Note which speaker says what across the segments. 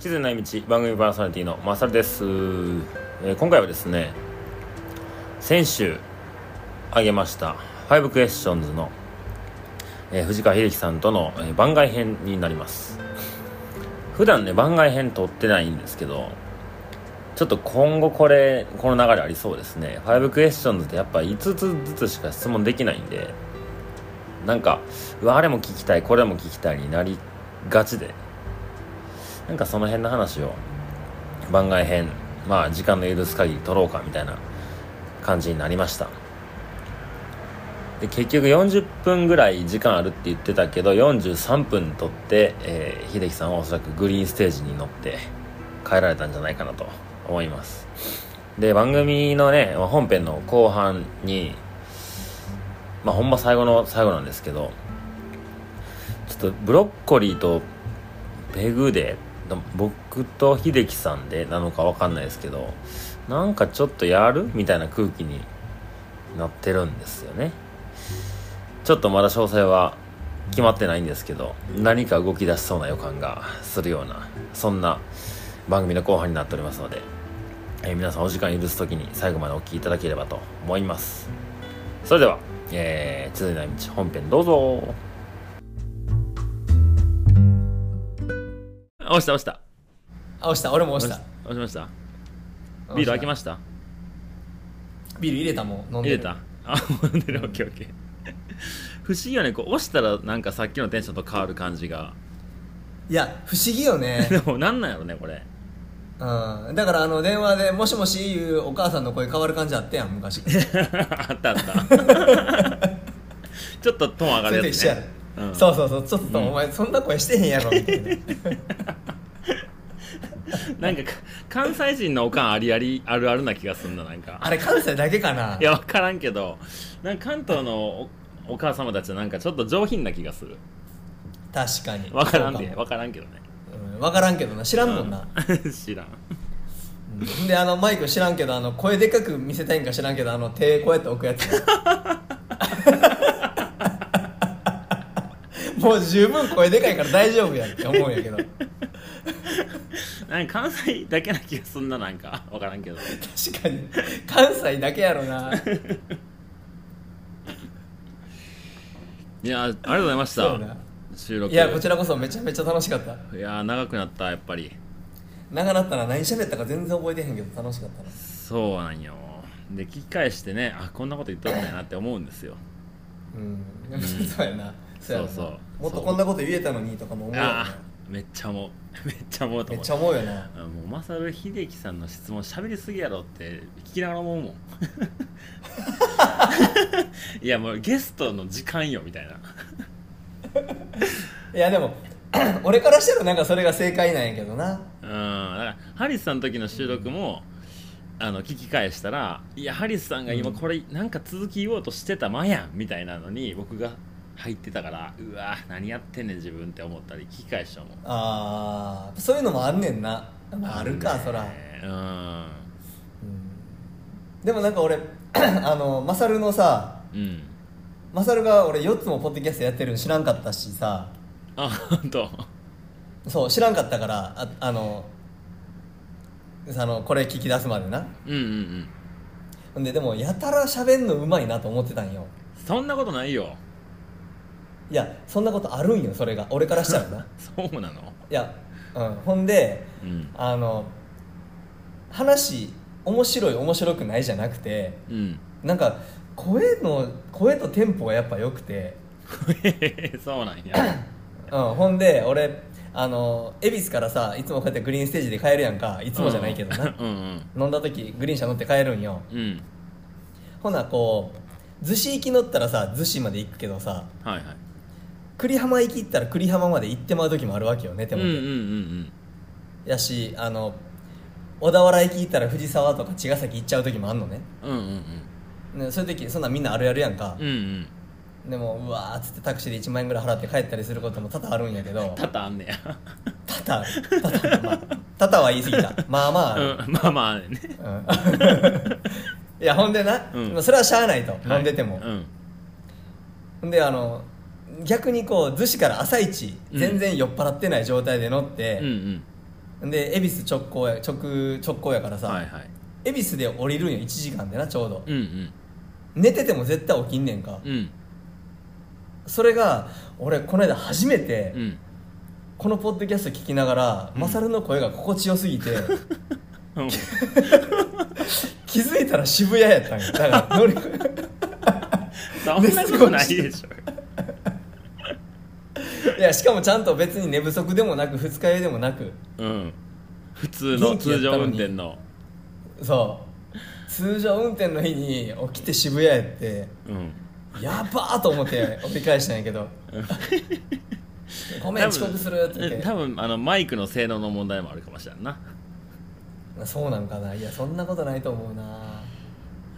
Speaker 1: ズない道番組パーソナリティのマサルです、えー今回はですね先週あげました5クエスチョンズの、えー藤川秀樹さんとの、えー番外編になります普段ね番外編撮ってないんですけどちょっと今後これこの流れありそうですね5クエスチョンズってやっぱ5つずつしか質問できないんでなんかうわあれも聞きたいこれも聞きたいになりがちでなんかその辺の話を番外編まあ時間の許す限り取ろうかみたいな感じになりましたで結局40分ぐらい時間あるって言ってたけど43分取って、えー秀樹さんはおそらくグリーンステージに乗って帰られたんじゃないかなと思いますで番組のねまあ本編の後半にまあほんま最後の最後なんですけどちょっとブロッコリーとペグでど僕と秀樹さんでなのかわかんないですけどなんかちょっとやるみたいな空気になってるんですよねちょっとまだ詳細は決まってないんですけど何か動き出しそうな予感がするようなそんな番組の後半になっておりますので、えー皆さんお時間許す時に最後までお聴きいただければと思いますそれでは「えー、続いての道」本編どうぞ押した押した
Speaker 2: あ押した俺も押した
Speaker 1: 押しましたビール開けました
Speaker 2: したビール入れたもん飲
Speaker 1: 入
Speaker 2: んで
Speaker 1: れ
Speaker 2: る
Speaker 1: たあもう飲んでるオッケーオッケー 不思議よねこう押したらなんかさっきのテンションと変わる感じが
Speaker 2: いや不思議よね
Speaker 1: でもなんなんやろねこれ
Speaker 2: うんだからあの電話で「もしもし」いうお母さんの声変わる感じあったやん 昔
Speaker 1: あったあった ちょっとトーン上が
Speaker 2: それ
Speaker 1: る
Speaker 2: と
Speaker 1: やつ
Speaker 2: 一緒や
Speaker 1: ね、
Speaker 2: ろ
Speaker 1: うん
Speaker 2: そうそうそうちょっと、お前そんな声してへんやろみたい
Speaker 1: な
Speaker 2: な
Speaker 1: んかか関西人のおかんありありあるあるな気がすんななんか
Speaker 2: あれ関西だけかない
Speaker 1: や分からんけどなんか関東のおお母様たちはなんかちょっと上品な気がする
Speaker 2: 確かに
Speaker 1: 分からんで
Speaker 2: そうか
Speaker 1: 分からんけどね
Speaker 2: もうん分からんけどな知らんもんな、
Speaker 1: うん 知らん
Speaker 2: うんであのマイク知らんけどあの声でかく見せたいんか知らんけどあの手こうやって置くやつ もう十分声でかいから大丈夫やって思うんやけど
Speaker 1: なんか関西だけな気がすんななんか分からんけど
Speaker 2: 確かに関西だけやろな
Speaker 1: いやありがとうございまし
Speaker 2: そう
Speaker 1: た
Speaker 2: やな
Speaker 1: 収録
Speaker 2: いやこちらこそめちゃめちゃ楽しかった
Speaker 1: いやー長くなったやっぱり
Speaker 2: 長なったら何喋ったか全然覚えてへんけど楽しかったな
Speaker 1: そうなんよで聞き返してねあこんなこと言ったことないなって思うんですよ
Speaker 2: うんそうやなそうやろ
Speaker 1: そう
Speaker 2: な
Speaker 1: そう
Speaker 2: もっとこんなこと言えたのにとかも思うよな
Speaker 1: あーめっちゃ思う めっちゃ思うと
Speaker 2: めっ
Speaker 1: 思う
Speaker 2: ちゃ思うよな
Speaker 1: あもうマサル秀樹さんの質問喋りすぎやろって聞きながら思うもん いやもうゲストの時間よみたいない
Speaker 2: やでも 俺からしたらなんかそれが正解なんやけどな
Speaker 1: うんだからハリスさんの時の収録もあの聞き返したらいやハリスさんが今これなんか続き言おうとしてたまやんみたいなのに僕が入ってたからうわ何やってんねん自分って思ったり聞き返したもん
Speaker 2: あーそういうのもあんねんな、まあ、あるかそら、うん、でもなんか俺 あのマサルのさ
Speaker 1: うんうん
Speaker 2: マサルが俺4つもポッドキャストやってるの知らんかったしさ
Speaker 1: あ本当
Speaker 2: そう知らんかったからああのあのこれ聞き出すまでな
Speaker 1: うんうんうん
Speaker 2: ほんででもやたら喋んのうまいなと思ってたんよ
Speaker 1: そんなことないよ
Speaker 2: いやそんなことあるんよそれが俺からしたらな
Speaker 1: そうなの
Speaker 2: いや、うん、ほんで
Speaker 1: うん
Speaker 2: あの話面白い面白くないじゃなくて
Speaker 1: うん
Speaker 2: なんか声の声とテンポがやっぱ良くて、
Speaker 1: そうなんや
Speaker 2: うん、ほんで俺あの恵比寿からさいつもこうやってグリーンステージで帰るやんかいつもじゃないけどな、
Speaker 1: うんうん
Speaker 2: 飲んだ時グリーン車乗って帰るんよ
Speaker 1: うん
Speaker 2: ほなこう逗子行き乗ったらさ逗子まで行くけどさ
Speaker 1: はいはい
Speaker 2: 栗浜行き行ったら栗浜まで行ってまう時もあるわけよね手
Speaker 1: うん
Speaker 2: も
Speaker 1: うん
Speaker 2: て、
Speaker 1: うん
Speaker 2: やしあの小田原行き行ったら藤沢とか茅ヶ崎行っちゃう時もあんのね
Speaker 1: うんうんうん
Speaker 2: ねそういう時そんなんみんなあるやるやんか
Speaker 1: うんう、ん
Speaker 2: でもうわーっつってタクシーで1万円ぐらい払って帰ったりすることも多々あるんやけど
Speaker 1: 多々あんねや
Speaker 2: 多々ある多々あるまあ多々は言い過ぎたまあまあある、
Speaker 1: うん まあまあね
Speaker 2: うん いやほんでな、
Speaker 1: うん
Speaker 2: まあそれはしゃあないと、
Speaker 1: はい
Speaker 2: 飲んでても、
Speaker 1: うん
Speaker 2: ほんであの逆にこう逗子から朝一全然酔っ払ってない状態で乗って、
Speaker 1: うんうん
Speaker 2: で恵比寿直行や直直行やからさ、
Speaker 1: はいはい
Speaker 2: 恵比寿で降りるんよ1時間でなちょうど
Speaker 1: うんうん
Speaker 2: 寝てても絶対起きんねんか
Speaker 1: うん
Speaker 2: それが俺この間初めて、
Speaker 1: うん
Speaker 2: このポッドキャスト聞きながら、マサルの声が心地よすぎて
Speaker 1: うん
Speaker 2: 気づいたら渋谷やったんよだから乗り
Speaker 1: そ んなことないでしょ
Speaker 2: いやしかもちゃんと別に寝不足でもなく二日酔いでもなく
Speaker 1: うん普通の
Speaker 2: 元気や
Speaker 1: 通
Speaker 2: った
Speaker 1: 常
Speaker 2: のに
Speaker 1: 運転の
Speaker 2: そう通常運転の日に起きて渋谷やって
Speaker 1: うん
Speaker 2: やばーと思って折り返したんやけどごめん
Speaker 1: 多分
Speaker 2: 遅刻するって言って
Speaker 1: 多分あのマイクの性能の問題もあるかもしれんな
Speaker 2: そうなんかないやそんなことないと思うな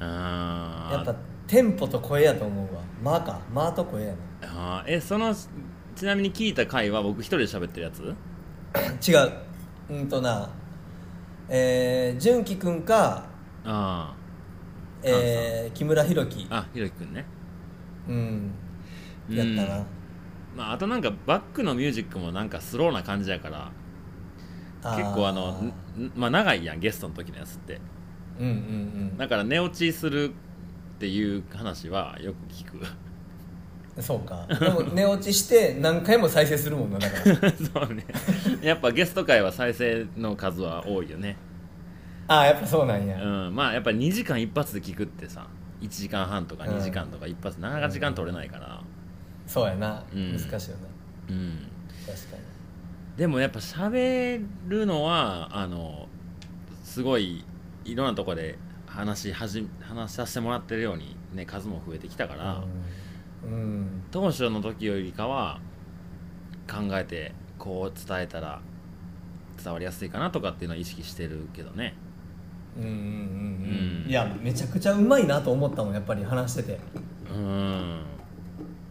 Speaker 1: あー
Speaker 2: やっぱテンポと声やと思うわ「間」か「間」と声やな
Speaker 1: あーえそのちなみに聞いた回は僕一人で喋ってるやつ
Speaker 2: 違ううんとなえー、純喜くんか、
Speaker 1: あ
Speaker 2: えー、木村弘樹
Speaker 1: ーあひろきくんね
Speaker 2: うん
Speaker 1: うん
Speaker 2: やったな
Speaker 1: まああとなんかバックのミュージックもなんかスローな感じやから
Speaker 2: あー
Speaker 1: 結構あのんまあ長いやんゲストの時のやつって
Speaker 2: うんうん
Speaker 1: だから寝落ちするっていう話はよく聞く
Speaker 2: うんそうかでも寝落ちして何回も再生するもんなだから
Speaker 1: そうねやっぱゲスト回は再生の数は多いよね
Speaker 2: ああやっぱそうなん
Speaker 1: う
Speaker 2: や、
Speaker 1: んまあやっぱ2時間一発で聞くってさ1時間半とか2時間とか一発なかなか時間取れないから
Speaker 2: そうやな、
Speaker 1: うん
Speaker 2: 難しいよな
Speaker 1: うん
Speaker 2: 確かに
Speaker 1: でもやっぱ喋るのはあのすごいいろんなとこで話し始め話しさせてもらってるようにね数も増えてきたから、
Speaker 2: うん、うん
Speaker 1: 当初の時よりかは考えてこう伝えたら伝わりやすいかなとかっていうのは意識してるけどね
Speaker 2: うんうんうん
Speaker 1: う
Speaker 2: うんんいやめちゃくちゃうまいなと思ったもんやっぱり話してて
Speaker 1: うん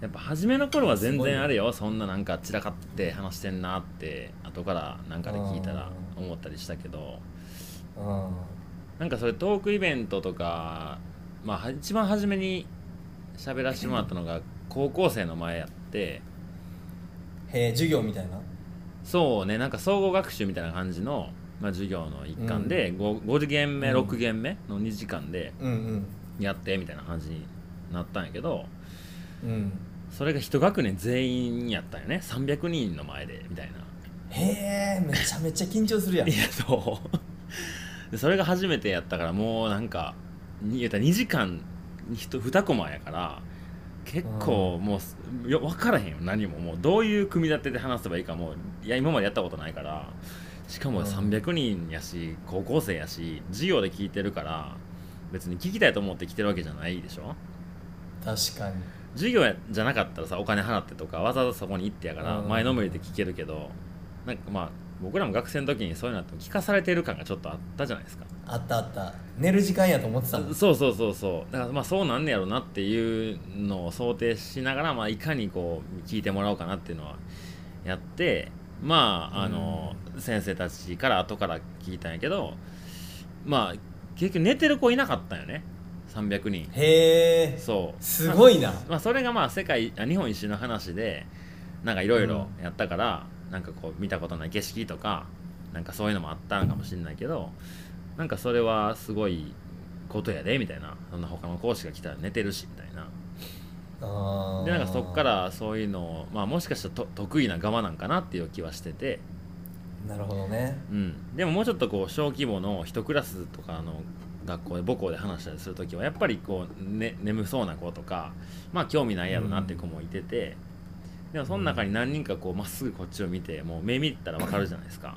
Speaker 1: やっぱ初めの頃は全然あれよそんななんか散らかって話してんなって後からなんかで聞いたら思ったりしたけど
Speaker 2: うん
Speaker 1: なんかそれトークイベントとか、まあ、は一番初めに喋らせてもらったのが高校生の前やって
Speaker 2: へえ授業みたいな
Speaker 1: そうねなんか総合学習みたいな感じの、まあ、授業の一環で、五 5, 限目
Speaker 2: うん
Speaker 1: 6限目の2時間で
Speaker 2: うん
Speaker 1: やってみたいな感じになったんやけど
Speaker 2: うんうん
Speaker 1: それが一学年全員やったよね300人の前でみたいな
Speaker 2: へえめちゃめちゃ緊張するやん
Speaker 1: いやそう でそれが初めてやったからもうなんかに言うたら2時間2コマやから結構もうよ分からへんよ何ももうどういう組み立てで話せばいいかもういや今までやったことないからしか
Speaker 2: う
Speaker 1: も
Speaker 2: ん
Speaker 1: 300人やし高校生やし授業で聞いてるから別に聞きたいと思って来てるわけじゃないでしょ
Speaker 2: 確かに
Speaker 1: 授業やじゃなかったらさお金払ってとかわざわざそこに行ってやから
Speaker 2: うん
Speaker 1: 前のめりで聞けるけどなんかまあ僕らも学生の時にそういうのあっても聞かされてる感がちょっとあったじゃないですか
Speaker 2: あったあった寝る時間やと思ってたもん
Speaker 1: そうそうそうそうだからまあそうなんねやろなっていうのを想定しながら、まあ、いかにこう聞いてもらおうかなっていうのはやってまああの、先生たちから後から聞いたんやけどまあ結局寝てる子いなかったよね300人
Speaker 2: へえ
Speaker 1: そう
Speaker 2: すごいな
Speaker 1: まあ、それがまあ世界あ日本一周の話でなんかいろいろやったから、なんかこう見たことない景色とかなんかそういうのもあったのかもしれないけどなんかそれはすごいことやでみたいなそんな他の講師が来たら寝てるしみたいな
Speaker 2: あー
Speaker 1: でなんかそっからそういうのを、まあ、もしかしたらと得意な側なんかなっていう気はしてて、
Speaker 2: なるほどね
Speaker 1: うん、でももうちょっとこう小規模の一クラスとかの学校で母校で話したりする時はやっぱりこう、ね、眠そうな子とかまあ興味ないやろなっていう子もいてて、でもその中に何人かこうまっすぐこっちを見てもう目見たらわかるじゃないですか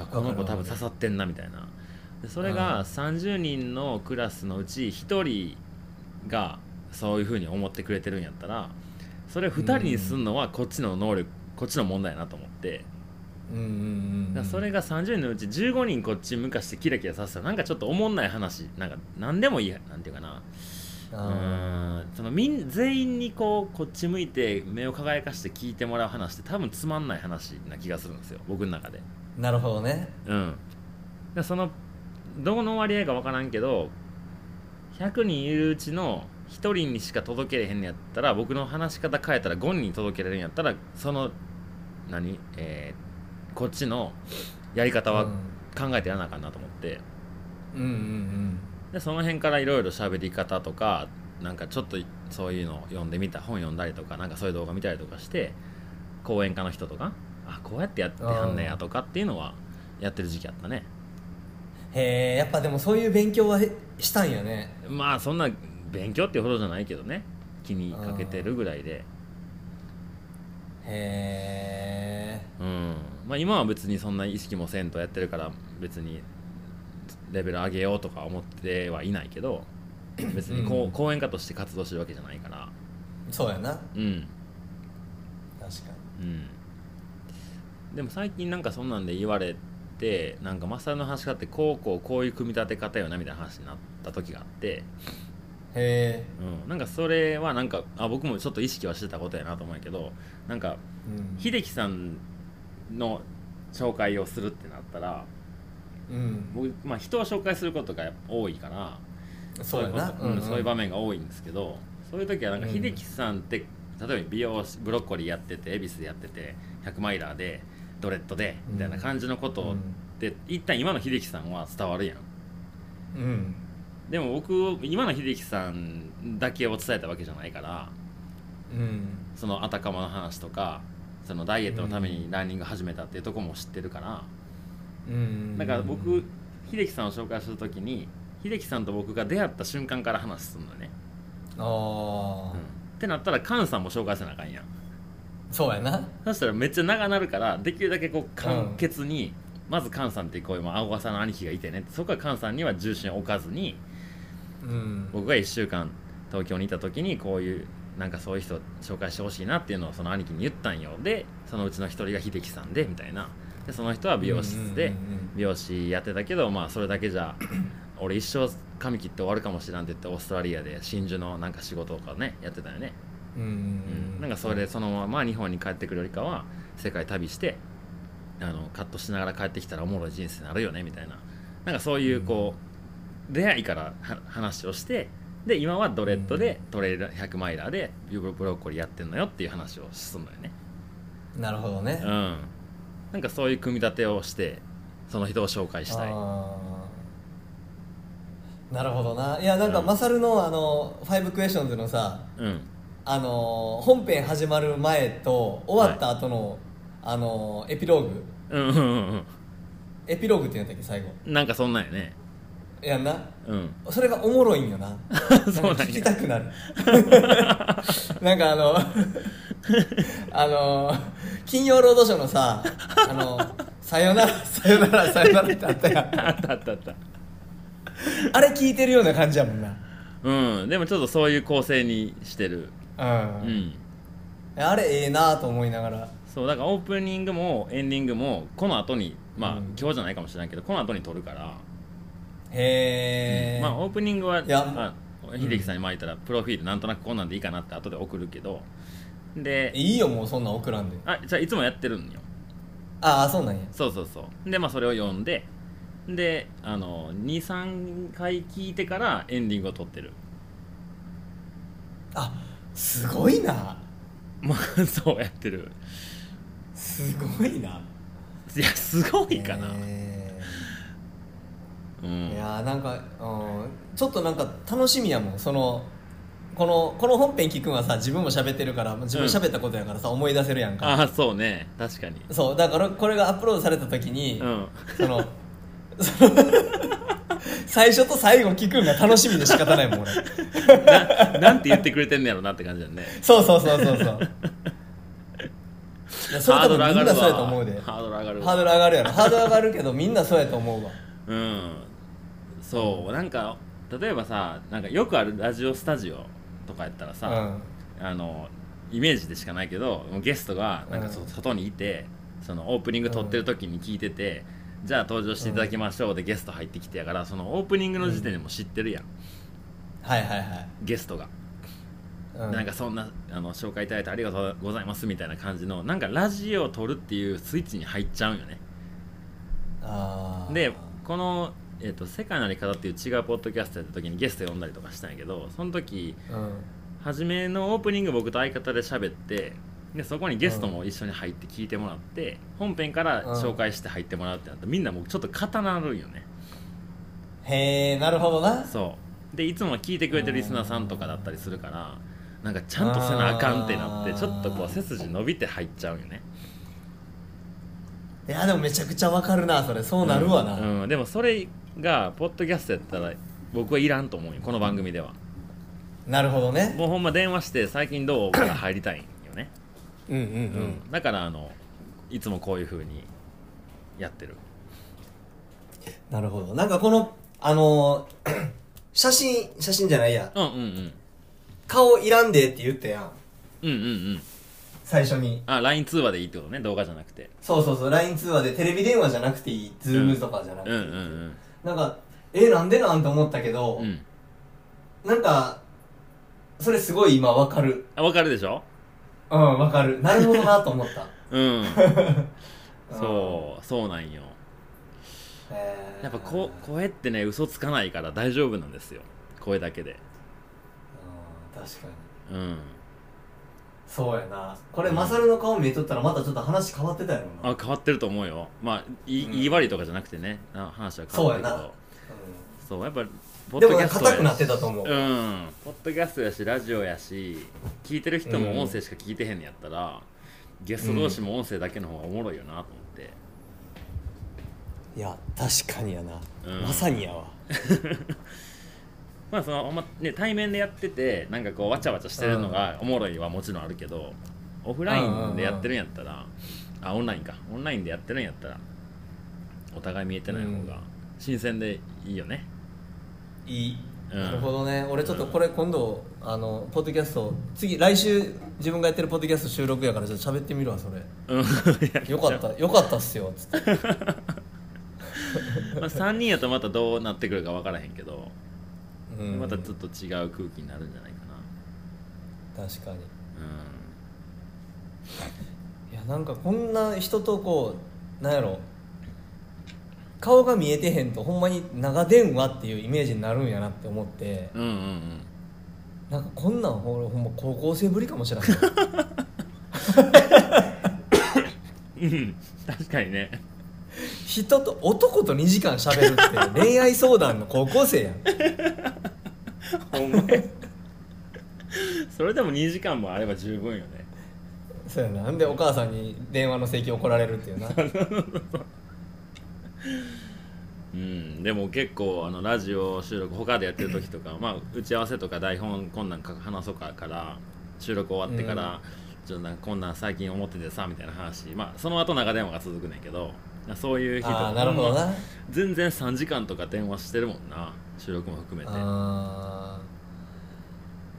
Speaker 1: あこの子多分刺さってんなみたいなでそれ
Speaker 2: う
Speaker 1: が
Speaker 2: ん
Speaker 1: 30人のクラスのうち1人がそういうふうに思ってくれてるんやったらそれ2人にすんのはこっちの能力こっちの問題やなと思って。
Speaker 2: うんうんうん
Speaker 1: だか
Speaker 2: う
Speaker 1: ら
Speaker 2: ん
Speaker 1: それが30人のうち15人こっち向かしてキラキラさせたらなんかちょっとおもんない話なんか何でもいいやなんていうかなう
Speaker 2: あ
Speaker 1: ーんそのみん全員にこうこっち向いて目を輝かして聞いてもらう話って多分つまんない話な気がするんですよ僕の中で
Speaker 2: ーなるほどね
Speaker 1: うんだからそのどの割合か分からんけど100人いるうちの1人にしか届けれへんのやったら僕の話し方変えたら5人に届けれるんやったらその何えーこっちのやり方は
Speaker 2: うん
Speaker 1: 考えてやらなあかんなと思って、
Speaker 2: うんうん
Speaker 1: でその辺からいろいろ喋り方とかなんかちょっとそういうの読んでみた本読んだりとかなんかそういう動画見たりとかして講演家の人とかあこうやってやってはんねやとかっていうのはやってる時期あったね
Speaker 2: うんへえやっぱでもそういう勉強はへしたんやね
Speaker 1: まあそんな勉強っていうほどじゃないけどね気にかけてるぐらいで
Speaker 2: へえ
Speaker 1: うんまあ今は別にそんな意識もせんとやってるから別にレベル上げようとか思ってはいないけど別にこう
Speaker 2: うん
Speaker 1: 講演家として活動してるわけじゃないから
Speaker 2: そうやな
Speaker 1: うん
Speaker 2: 確か
Speaker 1: うん、でも最近なんかそんなんで言われてなんかマサルの話があってこうこうこういう組み立て方よなみたいな話になった時があって、
Speaker 2: にへえ
Speaker 1: うん、なんかそれはなんかあ僕もちょっと意識はしてたことやなと思うんやけどなんか
Speaker 2: うん
Speaker 1: 秀樹さんの紹介をするってなったら
Speaker 2: うん
Speaker 1: 僕、まあ、人を紹介することが多いから
Speaker 2: そうやな
Speaker 1: いうことうんそういう場面が多いんですけどそういう時はなんか
Speaker 2: うん
Speaker 1: 秀樹さんって例えば美容師ブロッコリーやってて恵比寿でやってて100マイラーでドレッドでみたいな感じのことをで一旦今の秀樹さんは伝わるやん
Speaker 2: うん
Speaker 1: でも僕今の秀樹さんだけを伝えたわけじゃないから
Speaker 2: うん
Speaker 1: そのあたかもの話とかそのダイエットのためにランニング始めたっていうとこも知ってるから、
Speaker 2: うん
Speaker 1: だから僕秀樹さんを紹介する時に秀樹さんと僕が出会った瞬間から話すんだね、
Speaker 2: ああ、
Speaker 1: ってなったら菅さんも紹介せなあかんやん
Speaker 2: そうやな
Speaker 1: そしたらめっちゃ長なるからできるだけこう簡
Speaker 2: うん
Speaker 1: 潔に、まず菅さんっていう声も青笠の兄貴がいてねってそこは菅さんには重心を置かずに
Speaker 2: うん
Speaker 1: 僕が1週間東京にいた時にこういうなんかそういう人紹介してほしいなっていうのをその兄貴に言ったんよでそのうちの一人が秀樹さんでみたいなでその人は美容室で
Speaker 2: うんうんうんうん
Speaker 1: 美容師やってたけどまあそれだけじゃ俺一生髪切って終わるかもしれんって言ってオーストラリアで真珠のなんか仕事とかねやってたよね
Speaker 2: うんうん
Speaker 1: なんかそれでそのまま日本に帰ってくるよりかは世界旅してあのカットしながら帰ってきたらおもろい人生になるよねみたいななんかそういうこう、出会いからは話をしてで今はドレッドでトレイル100マイラーでブロブロッコリーやってんのよっていう話をすんのよね
Speaker 2: なるほどね
Speaker 1: うんなんかそういう組み立てをしてその人を紹介したい
Speaker 2: あーなるほどないやなんか
Speaker 1: うん
Speaker 2: マサルのあの「5クエスチョンズ」のさ
Speaker 1: うん
Speaker 2: あの本編始まる前と終わった後の、あのエピローグ
Speaker 1: うんうんうん
Speaker 2: エピローグって言うんだっけ最後
Speaker 1: うんなんかそんなんやね
Speaker 2: やんな
Speaker 1: うん
Speaker 2: それがおもろいんよな
Speaker 1: そうなんや
Speaker 2: か聞きたくなるなんかあの あの金曜ロードショーのさあの「さよならさよならさよなら」ってあったや ん
Speaker 1: あったあったあった
Speaker 2: あれ聞いてるような感じやもんな
Speaker 1: うんでもちょっとそういう構成にしてる
Speaker 2: うん
Speaker 1: うん
Speaker 2: あれええなと思いながら
Speaker 1: そうだからオープニングもエンディングもこの後にまあ、
Speaker 2: うん
Speaker 1: 今日じゃないかもしれないけどこの後に撮るから、
Speaker 2: へえ、
Speaker 1: まあオープニングは
Speaker 2: や
Speaker 1: あ秀樹さんに巻いたらプロフィールなんとなくこんなんでいいかなって後で送るけどで
Speaker 2: いいよもうそんなん送らんで
Speaker 1: あじゃあいつもやってるんよ
Speaker 2: ああそうなんや
Speaker 1: そうそうそうでまあそれを読んでであの23回聞いてからエンディングを撮ってる
Speaker 2: あすごいな
Speaker 1: まあそうやってる
Speaker 2: すごいない
Speaker 1: やすごいかな、
Speaker 2: へ
Speaker 1: う
Speaker 2: えい
Speaker 1: ん
Speaker 2: やーなんか、うん、ちょっとなんか楽しみやもんそのこのこの本編聞くんはさ自分も喋ってるから自分喋ったことやからさ、思い出せるやんか
Speaker 1: ああそうね確かに
Speaker 2: そうだからこれがアップロードされた時に、
Speaker 1: うん
Speaker 2: そのその最初と最後聞くんが楽しみで仕方ないもん俺
Speaker 1: ななんて言ってくれてんねやろなって感じだよね
Speaker 2: そうそうそうそうそういやそれ多分みんなそうやと思うで
Speaker 1: ハ
Speaker 2: ハ
Speaker 1: ードル上がるわ
Speaker 2: ードル上がるやろハードル上がるけどみんなそうやと思うわ
Speaker 1: うんそうなんか例えばさなんかよくあるラジオスタジオとかやったらさ、あのイメージでしかないけどもうゲストがなんかそ
Speaker 2: うん
Speaker 1: 外にいてそのオープニング撮ってる時に聞いてて、じゃあ登場していただきましょうでゲスト入ってきてやからそのオープニングの時点でもう知ってるやん、
Speaker 2: うんはいはいはい、
Speaker 1: ゲストが、
Speaker 2: う
Speaker 1: なんかそんなあの紹介いただいてありがとうございますみたいな感じのなんかラジオを撮るっていうスイッチに入っちゃうんよね
Speaker 2: あー
Speaker 1: でこの、えーと「世界のあり方」っていう違うポッドキャストやった時にゲスト呼んだりとかしたんやけどその時
Speaker 2: うん
Speaker 1: 初めのオープニング僕と相方で喋ってでそこにゲストも一緒に入って聞いてもらって、本編から紹介して入ってもらうってなったらみんなもうちょっと固なるんよね
Speaker 2: へえなるほどな
Speaker 1: そうでいつも聞いてくれてるリスナーさんとかだったりするからなんかちゃんとせなあかんってなって
Speaker 2: あー
Speaker 1: ちょっとこう背筋伸びて入っちゃうよね
Speaker 2: いやでもめちゃくちゃわかるなそれそうなるわな、
Speaker 1: うん、でもそれがポッドキャストやったら僕はいらんと思うよこの番組では
Speaker 2: なるほどね
Speaker 1: もうほんま電話して最近どうから入りたいんよね、
Speaker 2: うんう
Speaker 1: う
Speaker 2: んう
Speaker 1: んだからあのいつもこういうふうにやってる
Speaker 2: なるほどなんかこのあの ー写真写真じゃないや
Speaker 1: うんうんうん
Speaker 2: 顔いらんでって言ったやん
Speaker 1: うんうんうん
Speaker 2: 最初に
Speaker 1: あ LINE 通話でいいってことね動画じゃなくて
Speaker 2: そうそうそう LINE 通話でテレビ電話じゃなくていい Zoom とかじゃな
Speaker 1: う
Speaker 2: く
Speaker 1: ん
Speaker 2: て、
Speaker 1: うんうん
Speaker 2: なんかえなんでなんて思ったけど、
Speaker 1: うん
Speaker 2: なんかそれすごい今わかる
Speaker 1: あ分かるでしょ
Speaker 2: うんわかるなるほどなと思った
Speaker 1: うん
Speaker 2: うん
Speaker 1: そうそうなんよ
Speaker 2: へー
Speaker 1: やっぱこ声ってね嘘つかないから大丈夫なんですよ声だけで
Speaker 2: うん確かに
Speaker 1: うん
Speaker 2: そうやなこれ、マサルの顔見えとったらまたちょっと話変わってたやろな、
Speaker 1: あ変わってると思うよまあいい
Speaker 2: うん
Speaker 1: 言い悪いとかじゃなくてねな話は変わってるけ
Speaker 2: そうや
Speaker 1: どそうやっぱ
Speaker 2: う
Speaker 1: ポ
Speaker 2: ん、でもなんか硬くなってたと思う、
Speaker 1: うんポッドキャストやしラジオやし聞いてる人も音声しか聞いてへんのやったら、ゲスト同士も音声だけの方がおもろいよなと思って、
Speaker 2: いや確かにやな、
Speaker 1: うん
Speaker 2: まさにやわ
Speaker 1: まあそのほんまね対面でやっててなんかこうわちゃわちゃしてるのがおもろいはもちろんあるけどオフラインでやってるんやったらあオンラインかオンラインでやってるんやったらお互い見えてない方が新鮮でいいよね
Speaker 2: いい、
Speaker 1: うん
Speaker 2: なるほどね俺ちょっとこれ今度あのポッドキャスト次来週自分がやってるポッドキャスト収録やからちょっと喋ってみるわそれ
Speaker 1: うんいや
Speaker 2: よかったよかったっすよつって
Speaker 1: まあ、3人やとまたどうなってくるか分からへんけど、
Speaker 2: うん
Speaker 1: またち
Speaker 2: 確
Speaker 1: ょっと違う空気になるんじゃないかな
Speaker 2: かに
Speaker 1: う
Speaker 2: いやなんかこんな人とこうなんやろ顔が見えてへんとほんまに長電話っていうイメージになるんやなって思って
Speaker 1: んうんうんうん
Speaker 2: なんかこんなんほほんま高校生ぶりかもしれな
Speaker 1: う
Speaker 2: い
Speaker 1: ん 確かにね
Speaker 2: 人と男と2時間喋るって恋愛相談の高 校生やん
Speaker 1: お前それでも2時間もあれば十分よね
Speaker 2: そうやななんでお母さんに電話の請求怒られるっていうな
Speaker 1: うんでも結構あのラジオ収録他でやってる時とかまあ打ち合わせとか台本こんなんか話そうかから収録終わってから、ちょっとなんかこんなん最近思っててさみたいな話まあその後長電話が続くねんけどそういう日と
Speaker 2: あ
Speaker 1: か
Speaker 2: あなるほどな
Speaker 1: 全然3時間とか電話してるもんな収録も含めてね
Speaker 2: あ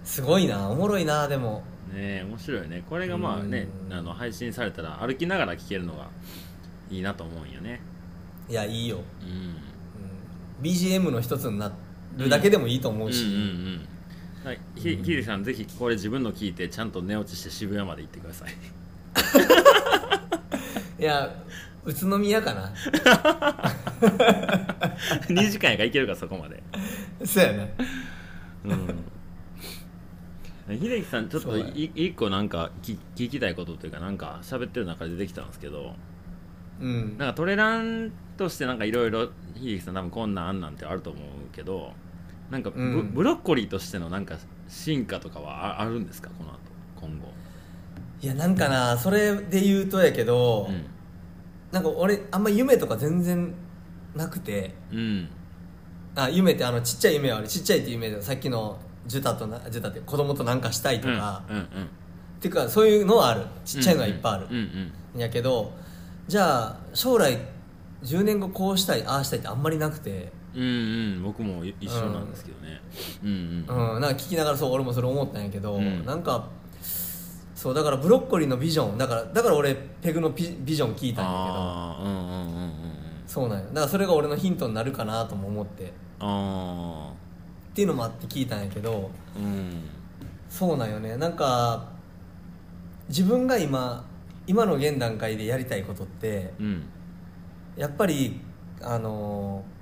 Speaker 2: ーすごいなおもろいなでも
Speaker 1: え面白いよねこれがまあね
Speaker 2: うん
Speaker 1: あの配信されたら歩きながら聞けるのがいいなと思うんよね
Speaker 2: いやいいよ、
Speaker 1: うん
Speaker 2: うん BGM の一つになるだけでもいいと思うし、
Speaker 1: うんうんうんはい、ひひでさんぜひこれ自分の聞いてちゃんと寝落ちして渋谷まで行ってくだ さい
Speaker 2: いや宇都宮 かな
Speaker 1: 2時間やから行けるからそこまで
Speaker 2: そうやね
Speaker 1: うん秀樹さんちょっ
Speaker 2: そ
Speaker 1: と
Speaker 2: うだよ
Speaker 1: い一個なんかき聞きたいことというかなんか喋ってる中で出てきたんですけど
Speaker 2: うん
Speaker 1: なんかトレランとしてなんかいろいろ秀樹さん多分こんなんあんなんってあると思うけどなんかブ,、
Speaker 2: うん
Speaker 1: ブロッコリーとしてのなんか進化とかはああるんですかこの後今後
Speaker 2: いやなんかなそれで言うとやけど、
Speaker 1: うん
Speaker 2: なんか俺あんま夢とか全然なくて
Speaker 1: うん
Speaker 2: あ夢ってあのちっちゃい夢はあるちっちゃいって夢でさっきのジュタとなジュタって子供となんかしたいと
Speaker 1: うん
Speaker 2: か、
Speaker 1: うんうん
Speaker 2: っていうかそういうのはあるちっちゃいのはいっぱいある
Speaker 1: うん、うん
Speaker 2: やけどじゃあ将来10年後こうしたいああしたいってあんまりなくて
Speaker 1: うんうん僕もい一緒なんですけどねうん
Speaker 2: う
Speaker 1: うん
Speaker 2: んなんか聞きながらそう俺もそれ思ったんやけど、
Speaker 1: うん
Speaker 2: なんかそうだからブロッコリーのビジョンだからだから俺ペグのピビジョン聞いたんや
Speaker 1: ああうんうんうんうんうん
Speaker 2: けどそうなんよだからそれが俺のヒントになるかなとも思ってっ
Speaker 1: あ
Speaker 2: ていうのもあって聞いたんやけど
Speaker 1: あうん
Speaker 2: そうなんよねなんか自分が今今の現段階でやりたいことって
Speaker 1: うん
Speaker 2: やっぱりあのー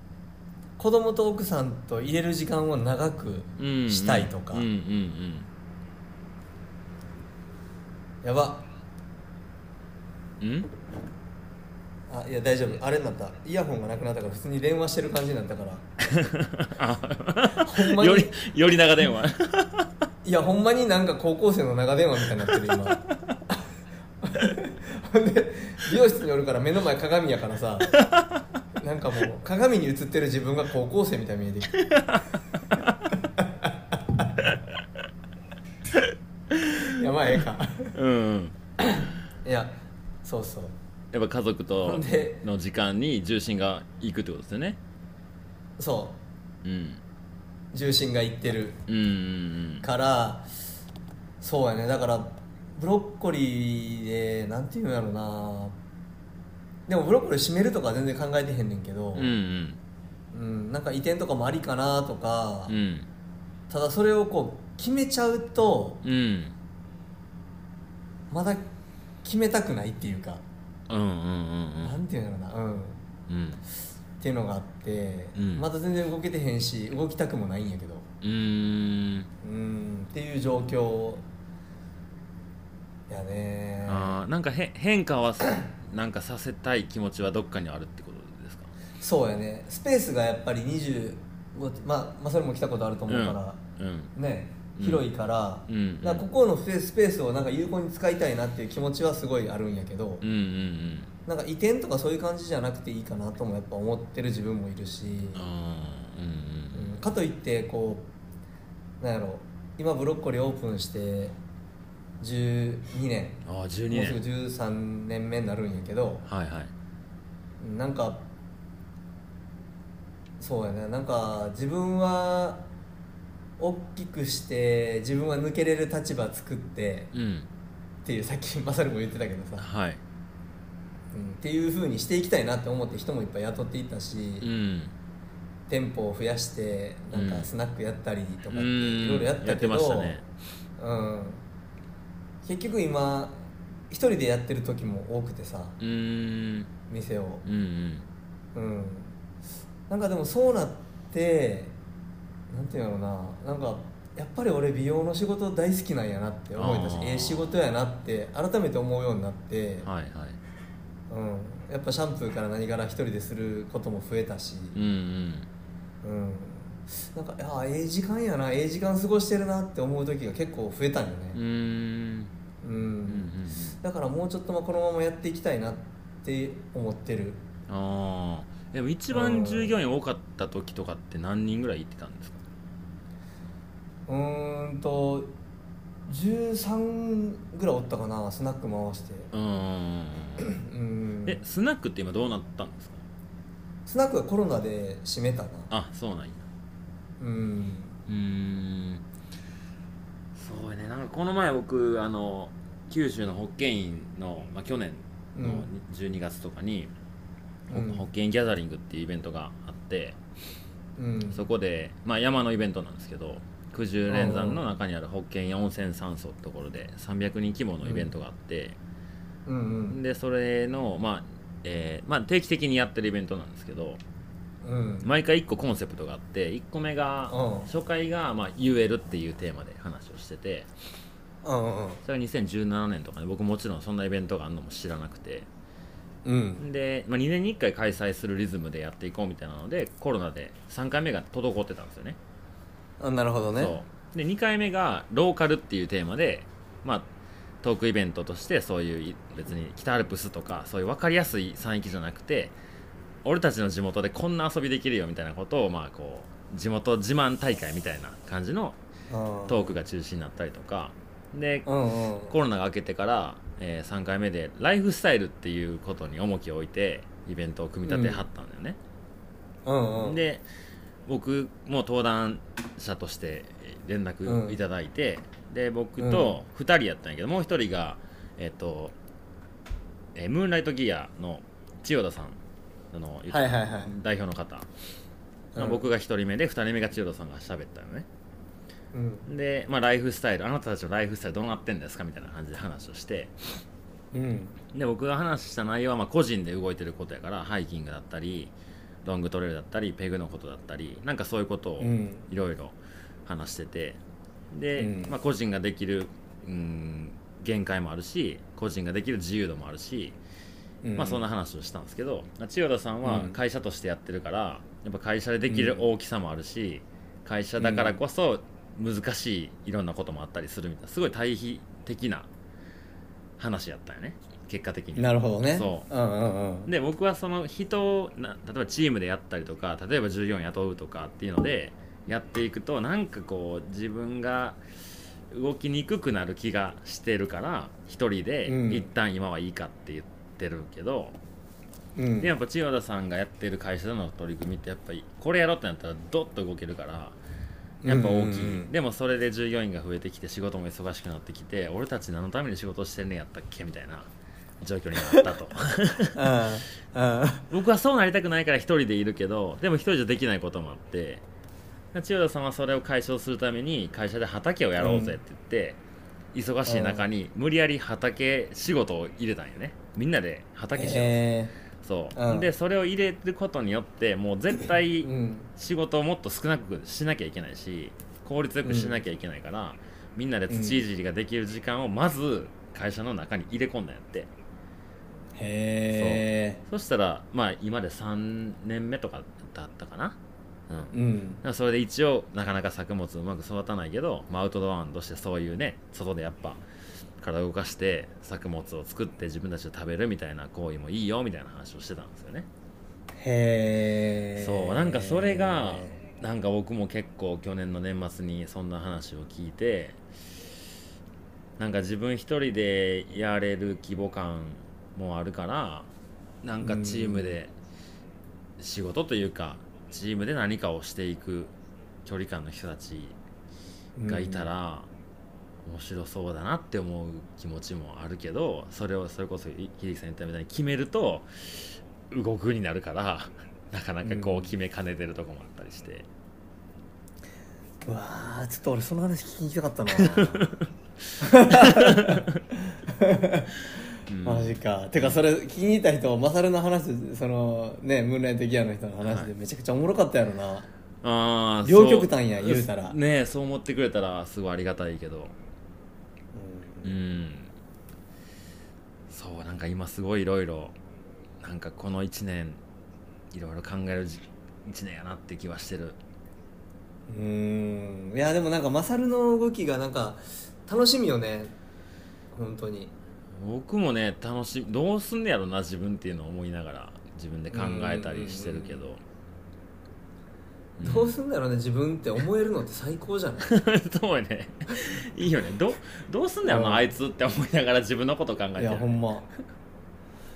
Speaker 2: 子供と奥さんと入れる時間を長く
Speaker 1: うん
Speaker 2: したいとか、
Speaker 1: うんうん
Speaker 2: やば
Speaker 1: ん
Speaker 2: あいや大丈夫あれになったイヤホンがなくなったから普通に電話してる感じになったから ほんまに
Speaker 1: よりより長電話
Speaker 2: いやほんまになんか高校生の長電話みたいになってる今ほんで美容室におるから目の前鏡やからさなんかもう鏡に映ってる自分が高校生みたいに見えてきていやまあええか
Speaker 1: うんうん
Speaker 2: いやそうそう
Speaker 1: やっぱ家族
Speaker 2: ほ
Speaker 1: と
Speaker 2: んで
Speaker 1: の時間に重心がいくってことですよね
Speaker 2: そ
Speaker 1: うん
Speaker 2: う重心がいってる
Speaker 1: うんうん
Speaker 2: からそうやねだからブロッコリーでなんていうんやろなでもブロッコリー締めるとか全然考えてへんねんけど、
Speaker 1: うんうん
Speaker 2: うんなんか移転とかもありかなとか、
Speaker 1: うん
Speaker 2: ただそれをこう決めちゃうと
Speaker 1: うん
Speaker 2: まだ決めたくないっていうか、
Speaker 1: うんうんうん
Speaker 2: なんていうんやろなうんっ
Speaker 1: うん
Speaker 2: ていうのがあって、
Speaker 1: うん
Speaker 2: まだ全然動けてへんし動きたくもないんやけど
Speaker 1: うーん
Speaker 2: うんっていう状況やね
Speaker 1: あーなんかへ変化はさ なんかさせたい気持ちはどっかにあるってことですか
Speaker 2: そうやねスペースがやっぱり25まあ、まあそれも来たことあると思うから、
Speaker 1: うん
Speaker 2: ね
Speaker 1: うん
Speaker 2: 広いから,、
Speaker 1: うんうん
Speaker 2: ここのスペーススペースをなんか有効に使いたいなっていう気持ちはすごいあるんやけど、
Speaker 1: うんうん
Speaker 2: なんか移転とかそういう感じじゃなくていいかなともやっぱ思ってる自分もいるし、
Speaker 1: うんあーうん
Speaker 2: うんかといってこうなんやろ今ブロッコリーオープンして12年
Speaker 1: うんああ12
Speaker 2: もうすぐ
Speaker 1: 年
Speaker 2: 13年目になるんやけど
Speaker 1: はいはい
Speaker 2: なんかそうやねなんか自分は大きくして自分は抜けれる立場作って
Speaker 1: うん
Speaker 2: っていうさっきマサルも言ってたけどさ、
Speaker 1: はい
Speaker 2: うん、っていう風にしていきたいなって思って人もいっぱい雇っていったし、
Speaker 1: うん
Speaker 2: 店舗を増やしてなん
Speaker 1: う
Speaker 2: か
Speaker 1: ん
Speaker 2: スナックやったりとかって
Speaker 1: うん
Speaker 2: いろいろやったけど、
Speaker 1: やってまし
Speaker 2: う
Speaker 1: た
Speaker 2: ん
Speaker 1: ね
Speaker 2: 結局今一人でやってる時も多くてさ
Speaker 1: うーん
Speaker 2: 店を、
Speaker 1: うんうん
Speaker 2: うん、なんかでもそうなってなんていうんだろうななんかやっぱり俺美容の仕事大好きなんやなって思えたし
Speaker 1: あー
Speaker 2: ええ仕事やなって改めて思うようになって、
Speaker 1: はいはい
Speaker 2: うん、やっぱシャンプーから何から一人ですることも増えたし。
Speaker 1: うんうん
Speaker 2: うんなんかあええ時間やなええ時間過ごしてるなって思う時が結構増えたんよ
Speaker 1: うーん
Speaker 2: ねうん、
Speaker 1: うんうん
Speaker 2: だからもうちょっとまあこのままやっていきたいなって思ってる
Speaker 1: ああでも一番従業員多かった時とかって何人ぐらい行ってたんですか
Speaker 2: うーんと13ぐらいおったかなスナック回して
Speaker 1: うーん
Speaker 2: うん
Speaker 1: えスナックって今どうなったんですか
Speaker 2: スナックはコロナで閉めたな
Speaker 1: あそうなんや
Speaker 2: うん
Speaker 1: うーんそうやねなんかこの前僕あの九州の保健院の、まあ、去年
Speaker 2: う
Speaker 1: の
Speaker 2: ん
Speaker 1: 12月とかに、ほ
Speaker 2: うん
Speaker 1: 保健ギャザリングっていうイベントがあって
Speaker 2: うん
Speaker 1: そこで、まあ、山のイベントなんですけど九十連山の中にある保健温泉山荘ってところで300人規模のイベントがあって、
Speaker 2: うんうん
Speaker 1: でそれの、まあえーまあ、定期的にやってるイベントなんですけど
Speaker 2: うん
Speaker 1: 毎回1個コンセプトがあって1個目が
Speaker 2: うん
Speaker 1: 初回が、まあ、言えるっていうテーマで話をしてて
Speaker 2: うん
Speaker 1: それが2017年とかで僕もちろんそんなイベントがあるのも知らなくて
Speaker 2: うん
Speaker 1: で、まあ、2年に1回開催するリズムでやっていこうみたいなのでコロナで3回目が滞ってたんですよね
Speaker 2: あなるほどね
Speaker 1: そうで2回目がローカルっていうテーマで、まあ、トークイベントとしてそういうい別に北アルプスとかそういう分かりやすい山域じゃなくて俺たちの地元でこんな遊びできるよみたいなことを、まあ、こう地元自慢大会みたいな感じの
Speaker 2: うん
Speaker 1: トークが中心になったりとかで
Speaker 2: うんうん
Speaker 1: コロナが明けてから、え3回目でライフスタイルっていうことに重きを置いてイベントを組み立てはったんだよね、
Speaker 2: うんうん
Speaker 1: で僕も登壇者として連絡いただいて、で僕と2人やったんやけどもう1人がえっ、と、えームーンライトギアの千代田さんあの、
Speaker 2: はいはいはい
Speaker 1: 代表の方、まあ
Speaker 2: うん
Speaker 1: 僕が1人目で2人目が千代田さんが喋ったのね
Speaker 2: うん
Speaker 1: で、まあ、ライフスタイルあなたたちのライフスタイルどうなってんですかみたいな感じで話をして
Speaker 2: うん
Speaker 1: で僕が話した内容はまあ個人で動いてることやからハイキングだったりロングトレイルだったりペグのことだったりなんかそういうことを
Speaker 2: うん
Speaker 1: いろいろ話しててで、
Speaker 2: うん
Speaker 1: まあ、個人ができる、うん、限界もあるし個人ができる自由度もあるし、
Speaker 2: うん
Speaker 1: まあそんな話をしたんですけど千代田さんは
Speaker 2: うん
Speaker 1: 会社としてやってるから、やっぱ会社でできる大きさもあるし、会社だからこそ難しいいろんなこともあったりするみたいなすごい対比的な話やったよね結果的に。
Speaker 2: なるほどね
Speaker 1: そ
Speaker 2: うんうんうん
Speaker 1: で僕はその人をな例えばチームでやったりとか例えば従業員雇うとかっていうのでやっていくとなんかこう自分が動きにくくなる気がしてるから一人で
Speaker 2: うん
Speaker 1: 一旦今はいいかって言ってるけど、
Speaker 2: うん
Speaker 1: でやっぱ千代田さんがやってる会社での取り組みってやっぱりこれやろうってなったらドッと動けるからやっぱ大きい、
Speaker 2: うんうんうん
Speaker 1: でもそれで従業員が増えてきて仕事も忙しくなってきて俺たち何のために仕事してんねんやったっけみたいな状況になった と。
Speaker 2: うんうん
Speaker 1: 僕はそうなりたくないから一人でいるけどでも一人じゃできないこともあって千代田さんはそれを解消するために会社で畑をやろうぜって言って、忙しい中に無理やり畑仕事を入れたんよねみんなで畑しよう、
Speaker 2: え
Speaker 1: そう、
Speaker 2: うん
Speaker 1: でそれを入れることによってもう絶
Speaker 2: ー
Speaker 1: 対
Speaker 2: うん
Speaker 1: 仕事をもっと少なくしなきゃいけないし効率よくしなきゃいけないから、みんなで土いじりができる時間をまず会社の中に入れ込んだんやって、
Speaker 2: へ
Speaker 1: そしたら、まあ、今で3年目とかだったかな。うん。だ
Speaker 2: えうん
Speaker 1: からそれで一応、なかなか作物うまく育たないけど、まあ、アウトドアとしてそういうね、外でやっぱ、体を動かして、作物を作って自分たちで食べるみたいな行為もいいよ、みたいな話をしてたんですよね。
Speaker 2: へえ
Speaker 1: そう、なんかそれが、なんか僕も結構去年の年末にそんな話を聞いて、なんか自分一人でやれる規模感もあるからなんかチームで仕事というかチームで何かをしていく距離感の人たちがいたら面白そうだなって思う気持ちもあるけどそれをそれこそひりきさん言ったみたいに決めると動くになるから なかなかこ
Speaker 2: う
Speaker 1: うん決めかねてるとこもあったりして
Speaker 2: うわーちょっと俺その話聞きに行きたかったな
Speaker 1: うん
Speaker 2: マジかてかそれ聞きに行った人マサルの話そのねムーンライトギアの人の話でめちゃくちゃおもろかったやろな、
Speaker 1: あー
Speaker 2: 両極端や
Speaker 1: そう
Speaker 2: 言うたら
Speaker 1: ねえそう思ってくれたらすごいありがたいけどうんそうなんか今すごいいろいろなんかこの1年いろいろ考える1年やなって気はしてる
Speaker 2: うんうんいやでもなんかマサルの動きがなんか楽しみよね本当に
Speaker 1: 僕もね楽しみどうすんねやろな自分っていうのを思いながら自分で考えたりしてるけど
Speaker 2: どうすんだろうね自分って思えるのって最高じゃない
Speaker 1: そうやねいいよねどどうすんねやろ
Speaker 2: うん
Speaker 1: なあいつって思いながら自分のこと考えて
Speaker 2: い
Speaker 1: る
Speaker 2: やほんま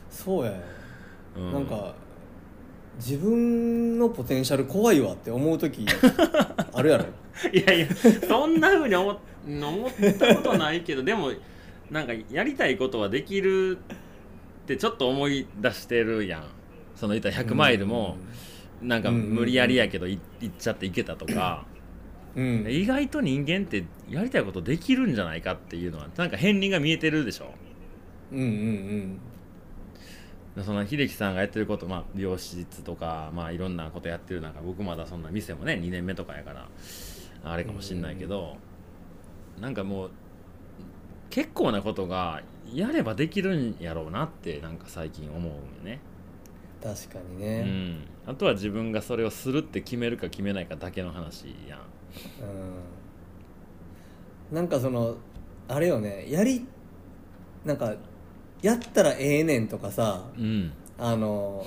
Speaker 2: そうやよ
Speaker 1: う
Speaker 2: なんか自分のポテンシャル怖いわって思 う時あるやろ
Speaker 1: いやいやそんなふうに思っ思ったことないけどでもなんかやりたいことはできるってちょっと思い出してるやんその言ったら100マイルもなんか無理やりやけどい行っちゃって行けたとか
Speaker 2: うん
Speaker 1: 意外と人間ってやりたいことできるんじゃないかっていうのはなんか片鱗が見えてるでしょ
Speaker 2: うんうん
Speaker 1: その秀樹さんがやってること、まあ、美容室とか、まあ、いろんなことやってる中僕まだそんな店もね2年目とかやからあれかもしんないけど、なんかもう結構なことがやればできるんやろうなってなんか最近思うんよね、
Speaker 2: 確かに
Speaker 1: う
Speaker 2: ね
Speaker 1: ん、あとは自分がそれをするって決めるか決めないかだけの話やん
Speaker 2: うん、なんかそのあれよねやりなんかやったらええねんとかさ
Speaker 1: うん
Speaker 2: あの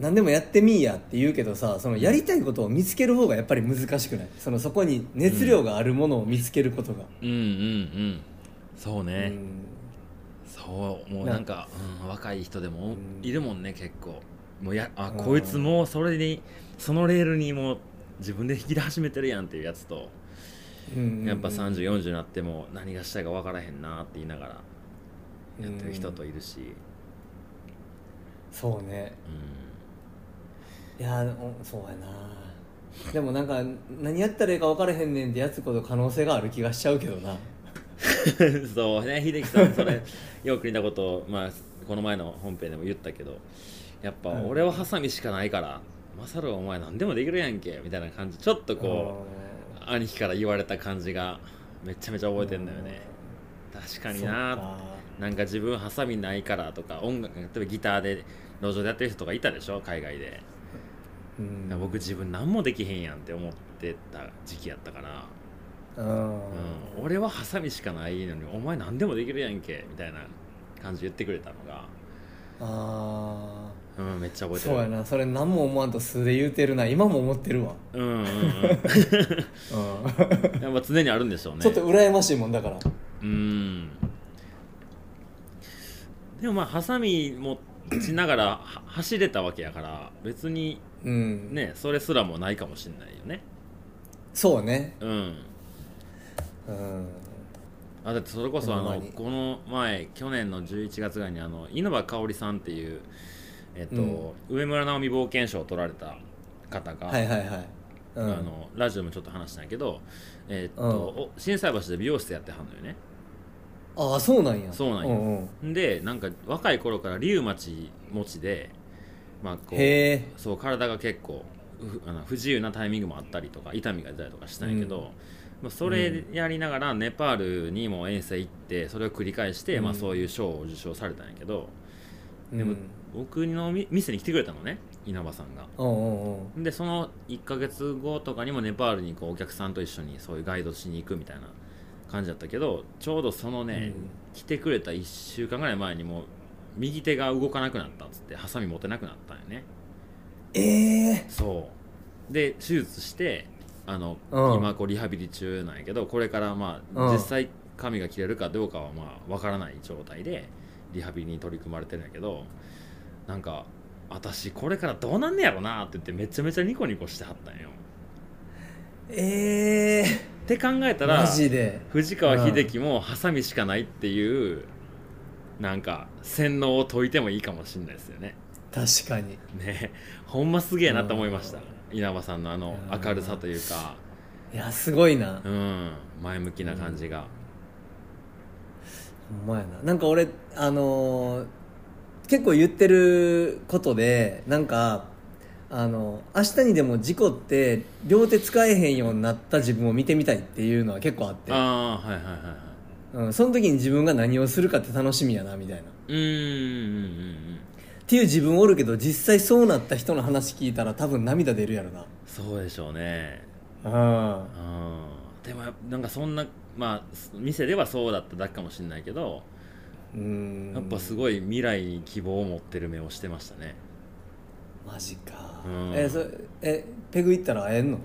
Speaker 2: 何でもやってみいやって言うけどさそのやりたいことを見つける方がやっぱり難しくないそのそこに熱量があるものを見つけることが、
Speaker 1: うんうんうんそう
Speaker 2: う
Speaker 1: ね、
Speaker 2: ん
Speaker 1: そうもう
Speaker 2: な
Speaker 1: なんか、うん、若い人でも
Speaker 2: うん
Speaker 1: いるもんね結構もうやあ
Speaker 2: うん
Speaker 1: こいつもうそれにそのレールにもう自分で引き出始めてるやんっていうやつと
Speaker 2: うん
Speaker 1: やっぱ3040になっても何がしたいか分からへんなって言いながらやってる人といるし、
Speaker 2: そうね
Speaker 1: う
Speaker 2: いやおそうやなでもなんか何やったらいいか分からへんねんってやつこと可能性がある気がしちゃうけどなん
Speaker 1: そうね秀樹さんそ れよく似たことを、まあ、この前の本編でも言ったけどやっぱ
Speaker 2: うん
Speaker 1: 俺はハサミしかないから勝るはお前何でもできるやんけみたいな感じちょっとこう兄貴から言われた感じがめちゃめちゃ覚えてんだよね確かにななんか自分ハサミないからとか音楽例えばギターで路上でやってる人とかいたでしょ海外で、
Speaker 2: う
Speaker 1: だから
Speaker 2: ん
Speaker 1: 僕自分何もできへんやんって思ってた時期やったから、
Speaker 2: うん
Speaker 1: うん、俺はハサミしかないのにお前何でもできるやんけみたいな感じで言ってくれたのが、
Speaker 2: あ
Speaker 1: うん、めっちゃ
Speaker 2: あ
Speaker 1: 覚えてる
Speaker 2: そうやなそれ何も思わんと素で言うてるな今も思ってるわ、
Speaker 1: うん うんうん
Speaker 2: うん
Speaker 1: やっぱ常にあるんでしょうね
Speaker 2: ちょっと羨ましいもんだから
Speaker 1: うんでもまあハサミ持ちながらは走れたわけやから別に
Speaker 2: うん
Speaker 1: ねそれすらもないかもしれないよね
Speaker 2: そうね
Speaker 1: うん
Speaker 2: うん
Speaker 1: あだってそれこそあ
Speaker 2: ほんま
Speaker 1: の
Speaker 2: に
Speaker 1: この前去年の11月ぐらいにあの稲葉香織さんっていう、えっと上村直美冒険賞を取られた方が、
Speaker 2: はいはいはい、う
Speaker 1: あ
Speaker 2: ん、
Speaker 1: のラジオでもちょっと話したんやけど、えっと
Speaker 2: うん
Speaker 1: お心斎橋で美容室やってはんのよね
Speaker 2: ああそうなんや
Speaker 1: そうなんや
Speaker 2: んうん
Speaker 1: でなんか若い頃からリウマチ持ちで、まあ、こう
Speaker 2: へえ
Speaker 1: そう体が結構ふあの不自由なタイミングもあったりとか痛みが出たりとかしたんやけど、
Speaker 2: うん
Speaker 1: まあ、それやりながらネパールにも遠征行ってそれを繰り返して、
Speaker 2: うん
Speaker 1: まあ、そういう賞を受賞されたんやけどでも僕のみ店に来てくれたのね稲葉さんが。
Speaker 2: うんうんうん
Speaker 1: でその1ヶ月後とかにもネパールにこうお客さんと一緒にそういうガイドしに行くみたいな感じだったけどちょうどそのね、
Speaker 2: うん
Speaker 1: 来てくれた1週間ぐらい前にもう右手が動かなくなったっつってハサミ持てなくなったんよね
Speaker 2: ええ
Speaker 1: そうで手術してあの、
Speaker 2: うん
Speaker 1: 今こうリハビリ中なんやけどこれからまあ、
Speaker 2: うん
Speaker 1: 実際髪が切れるかどうかはまあわからない状態でリハビリに取り組まれてるんやけどなんか私これからどうなんねやろなって言ってめちゃめちゃニコニコしてはったんよ
Speaker 2: ええ
Speaker 1: って考えたら
Speaker 2: マジで
Speaker 1: 藤川秀樹もハサミしかないっていうなんか洗脳を解いてもいいかもしれないですよね
Speaker 2: 確かに
Speaker 1: ねほんますげえなと思いました稲葉さんのあの
Speaker 2: うん
Speaker 1: 明るさというか
Speaker 2: いやすごいな
Speaker 1: うん前向きな感じが
Speaker 2: ほんまやななんか俺あのー結構言ってることでなんかあの明日にでも事故って両手使えへんようになった自分を見てみたいっていうのは結構あって、
Speaker 1: ああはいはいはいはい
Speaker 2: うん、その時に自分が何をするかって楽しみやなみたいなっ
Speaker 1: うーんうんうんうん
Speaker 2: ていう自分おるけど実際そうなった人の話聞いたら多分涙出るやろな
Speaker 1: そうでしょうね
Speaker 2: うん
Speaker 1: うんでもやっぱなんかそんなまあす店ではそうだっただけかもしれないけど
Speaker 2: うん
Speaker 1: やっぱすごい未来に希望を持ってる目をしてましたね
Speaker 2: マジか、
Speaker 1: うん
Speaker 2: えそえペグ行ったら会えんの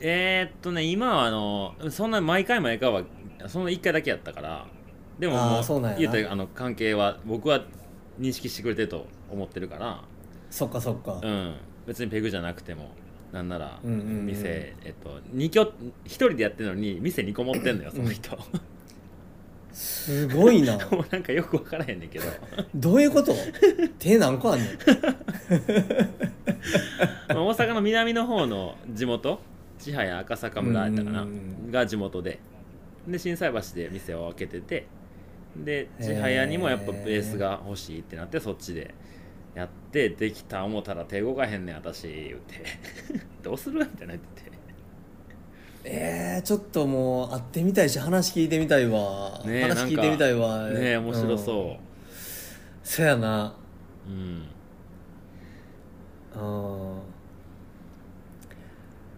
Speaker 1: えー、っとね今はあのそんな毎回毎回はそんな1回だけやったからでもも
Speaker 2: あーそうなんやな
Speaker 1: 言うたらあの関係は僕は認識してくれてると思ってるから、
Speaker 2: そっかそっか、
Speaker 1: うん、別にペグじゃなくてもなんなら
Speaker 2: うんうんうん
Speaker 1: 店、えっと二拠一人でやってるのに店2個持ってんの よその人
Speaker 2: すごいな
Speaker 1: もう なんかよく分からへんねん けど
Speaker 2: どういうこと手何個あんねん
Speaker 1: まあ大阪の南の方の地元千早赤坂村やったかな、
Speaker 2: うんうんうん
Speaker 1: が地元でで心斎橋で店を開けててで
Speaker 2: へー
Speaker 1: 千早にもやっぱベースが欲しいってなってそっちでやってできた思ったら手動かへんねん私言って どうするみたいな言って
Speaker 2: えー、ちょっともう会ってみたいし話聞いてみたいわ、
Speaker 1: ねえ
Speaker 2: 話聞いてみたいわ
Speaker 1: てねえ面白
Speaker 2: うん
Speaker 1: そ
Speaker 2: そやな
Speaker 1: う、うん
Speaker 2: うん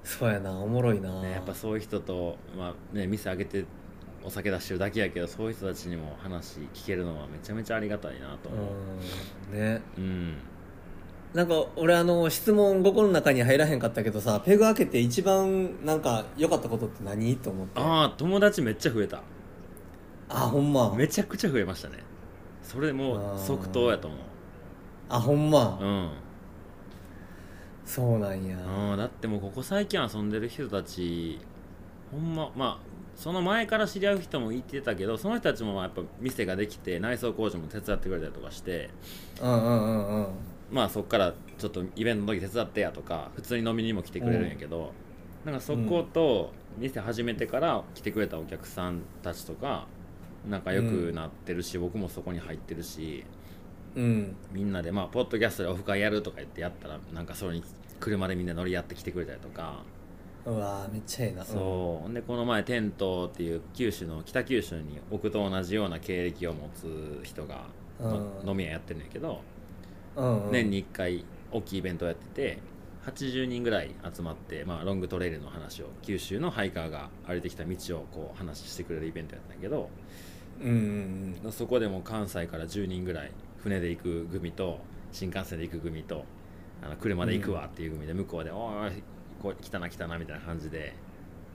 Speaker 2: そうやなおもろいな、
Speaker 1: ね、やっぱそういう人と、まあね、店開けてお酒出してるだけやけどそういう人たちにも話聞けるのはめちゃめちゃありがたいなと思う
Speaker 2: うんね
Speaker 1: うん、
Speaker 2: なんか俺あの質問5個の中に入らへんかったけどさペグ開けて一番なんか良かったことって何と思ってあ
Speaker 1: ああ友達めっちゃ増えた
Speaker 2: ほんま
Speaker 1: めちゃくちゃ増えましたねそれも
Speaker 2: あ
Speaker 1: う
Speaker 2: ー
Speaker 1: 即答やと思う
Speaker 2: あほんま、
Speaker 1: うん、
Speaker 2: そうなんや
Speaker 1: うん、だってもうここ最近遊んでる人たちほんままあその前から知り合う人もいてたけどその人たちもまあやっぱ店ができて内装工事も手伝ってくれたりとかして
Speaker 2: うんうんうんうん
Speaker 1: まあそこからちょっとイベントの時手伝ってやとか普通に飲みにも来てくれるんやけど、なんかそこと店始めてから来てくれたお客さんたちとか仲良くなってるし、僕もそこに入ってるし
Speaker 2: うん
Speaker 1: みんなでまあポッドキャストでオフ会やるとか言ってやったらなんかそれに車でみんな乗り合って来てくれたりとか
Speaker 2: うわーめっちゃええな
Speaker 1: そうほんでこの前天東っていう九州の北九州に奥と同じような経歴を持つ人がの
Speaker 2: うん
Speaker 1: 飲み屋やってるんやけど
Speaker 2: うん、うん、
Speaker 1: 年に1回大きいイベントをやってて80人ぐらい集まって、まあ、ロングトレイルの話を九州のハイカーが歩いてきた道をこう話してくれるイベントやったんやけど
Speaker 2: うんうん
Speaker 1: そこでも関西から10人ぐらい船で行く組と新幹線で行く組とあの車で行くわっていう組で向こうで「おーいこう来たな来たな」みたいな感じで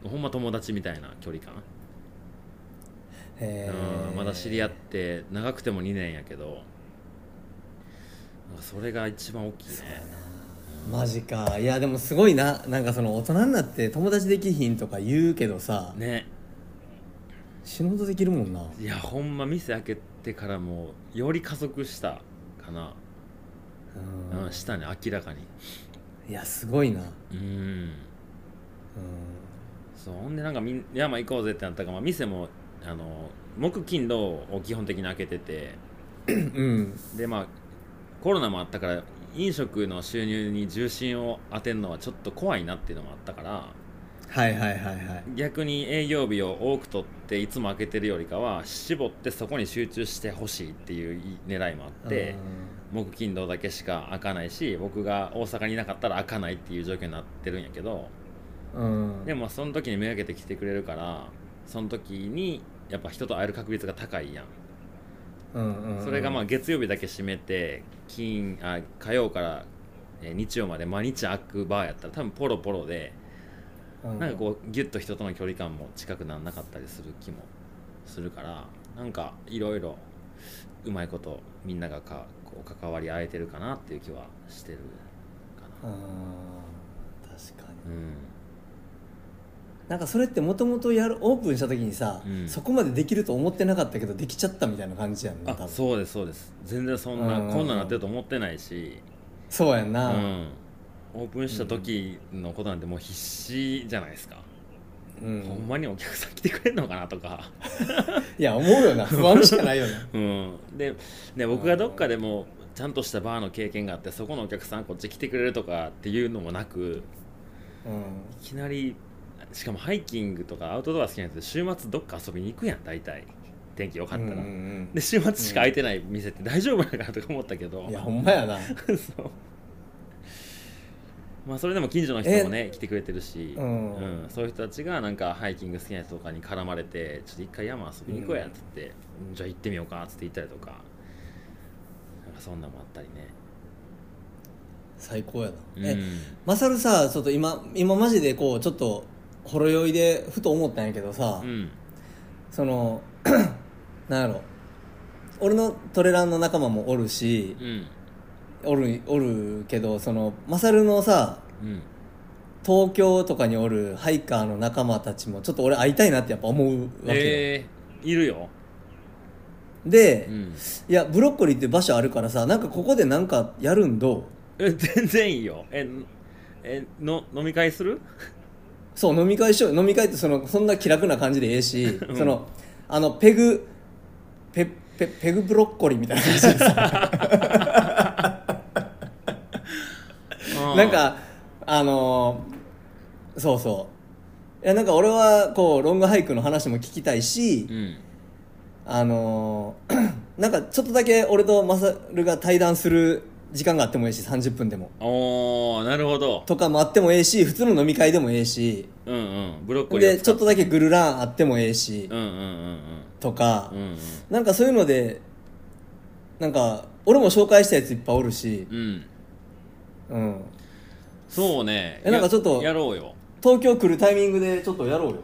Speaker 1: ほんま友達みたいな距離感、
Speaker 2: へ
Speaker 1: うん、まだ知り合ってて長くても2年やけどなんかそれが一番大きいね
Speaker 2: マジかいやでもすごいななんかその大人になって友達できひんとか言うけどさ、
Speaker 1: ね
Speaker 2: 死ぬほどできるもんない
Speaker 1: やほんま店開けてからもうより加速したかな、
Speaker 2: う
Speaker 1: うんん、したね明らかに
Speaker 2: いやすごいな
Speaker 1: うん
Speaker 2: う
Speaker 1: そうほんでなんかみん山行こうぜってなったから、まあ、店もあの木金土を基本的に開けてて
Speaker 2: んうん
Speaker 1: でまあコロナもあったから飲食の収入に重心を当てるのはちょっと怖いなっていうのもあったから
Speaker 2: はいはいはいはい
Speaker 1: 逆に営業日を多く取っていつも開けてるよりかは絞ってそこに集中してほしいっていう狙いもあって、木金土だけしか開かないし僕が大阪にいなかったら開かないっていう状況になってるんやけど
Speaker 2: うんうん
Speaker 1: でもその時に目がけて来てくれるからその時にやっぱ人と会える確率が高いやん
Speaker 2: うんうんうん
Speaker 1: それがまあ月曜日だけ閉めて金あ火曜からえー日曜まで毎日開くバーやったら多分ポロポロで
Speaker 2: うん
Speaker 1: なんかこうギュッと人との距離感も近くならなかったりする気もするからなんかいろいろうまいことみんながかこう関わり合えてるかなっていう気はしてるかな。
Speaker 2: うん確かに
Speaker 1: う
Speaker 2: なんかそれってもともとやるオープンした時にさ、
Speaker 1: うん
Speaker 2: そこまでできると思ってなかったけどできちゃったみたいな感じやん
Speaker 1: ん、
Speaker 2: な多
Speaker 1: あ
Speaker 2: 分
Speaker 1: そうですそうです全然そん
Speaker 2: うんうんう
Speaker 1: なんこんなんなってると思ってないし、
Speaker 2: そうやん
Speaker 1: うん
Speaker 2: な、
Speaker 1: オープンした時のことなんてもう必死じゃないですか、
Speaker 2: うん
Speaker 1: ほんまにお客さん来てくれるのかなとか、
Speaker 2: いや思うよな不安しかないよな
Speaker 1: うん、でね僕がどっかでもちゃんとしたバーの経験があってそこのお客さんこっち来てくれるとかっていうのもなく
Speaker 2: う
Speaker 1: い
Speaker 2: ん
Speaker 1: きなりしかもハイキングとかアウトドア好きな人って週末どっか遊びに行くやん大体天気良かったら、
Speaker 2: うんうん
Speaker 1: で週末しか空いてない店って大丈夫なのかなとか思ったけど、
Speaker 2: うんいやほんまやな
Speaker 1: そう まあそれでも近所の人もね来てくれてるし、
Speaker 2: うん
Speaker 1: うんそういう人たちがなんかハイキング好きな人とかに絡まれて「ちょっと一回山遊びに行こうや」っつって、じゃあ行ってみようか」っつって行ったりとかなんかそんなんもあったりね
Speaker 2: 最高やな、
Speaker 1: うん
Speaker 2: えマサルさちょっと今今マジでこうちょっとほろ酔いでふと思ったんやけどさ、
Speaker 1: うん
Speaker 2: その なんやろ俺のトレランの仲間もおるし
Speaker 1: うん
Speaker 2: おるおるけどそのマサルのさ
Speaker 1: うん
Speaker 2: 東京とかにおるハイカーの仲間たちもちょっと俺会いたいなってやっぱ思うわけよ、
Speaker 1: えー、いるよ、
Speaker 2: で、
Speaker 1: うん、
Speaker 2: いやブロッコリーって場所あるからさなんかここでなんかやるんどう
Speaker 1: え全然いいよええの飲み会す る
Speaker 2: そう飲み会しよう飲み会ってそのそんな気楽な感じでええし、
Speaker 1: ん
Speaker 2: そのあのペグペペペグブロッコリーみたいな感じで さなんかあのーそうそういやなんか俺はこうロングハイクの話も聞きたいし、
Speaker 1: うん
Speaker 2: あのー なんかちょっとだけ俺とマサルが対談する時間があってもいいし30分でも
Speaker 1: おーなるほど
Speaker 2: とかもあってもええし普通の飲み会でもええし
Speaker 1: うんうんブロッコリーを
Speaker 2: でち
Speaker 1: 使
Speaker 2: ょっとだけグルランあってもええし、
Speaker 1: うんうんうん
Speaker 2: とか、
Speaker 1: うんうん
Speaker 2: なんかそういうのでなんか俺も紹介したやついっぱいおるし、
Speaker 1: うんうん
Speaker 2: うん、
Speaker 1: そうね
Speaker 2: えなんか
Speaker 1: や
Speaker 2: ちょっと
Speaker 1: やろうよ
Speaker 2: 東京来るタイミングでちょっとやろうよ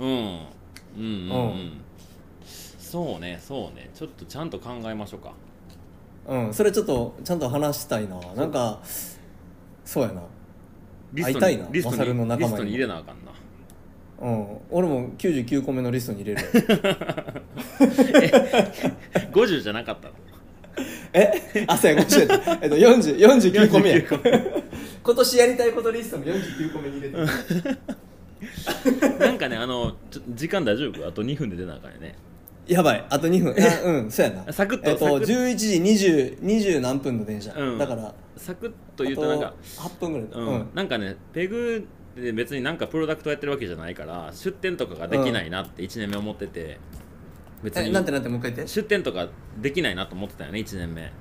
Speaker 1: うんうんうんうん、
Speaker 2: う
Speaker 1: そうねそうねちょっとちゃんと考えましょうか
Speaker 2: うんそれちょっとちゃんと話したいななんかそうやな
Speaker 1: リストに
Speaker 2: 会いたいな
Speaker 1: リスト
Speaker 2: マサルの
Speaker 1: に
Speaker 2: 仲間に
Speaker 1: リストに入れなあかんな
Speaker 2: うん俺も99個目のリストに入れる
Speaker 1: 50じゃなかったの
Speaker 2: え 朝や50やったえっと40 49個目や
Speaker 1: 49個
Speaker 2: 今年やりたいことリストの49個目に入れ てる
Speaker 1: なんかねあのちょ時間大丈夫あと2分で出なあかんよね
Speaker 2: やばいあと2分あうんそうや な
Speaker 1: サクッと
Speaker 2: えっと
Speaker 1: サクッと
Speaker 2: 11時20 20何分の電車、
Speaker 1: うん
Speaker 2: だから
Speaker 1: サクッと言うとなんか
Speaker 2: あと8分ぐらいだ
Speaker 1: うん、なんかねペグで別になんかプロダクトやってるわけじゃないから出店とかができないなって1年目思ってて、別
Speaker 2: え
Speaker 1: に
Speaker 2: なんてなんてもう一回言って
Speaker 1: 出店とかできないなと思ってたよね1年目、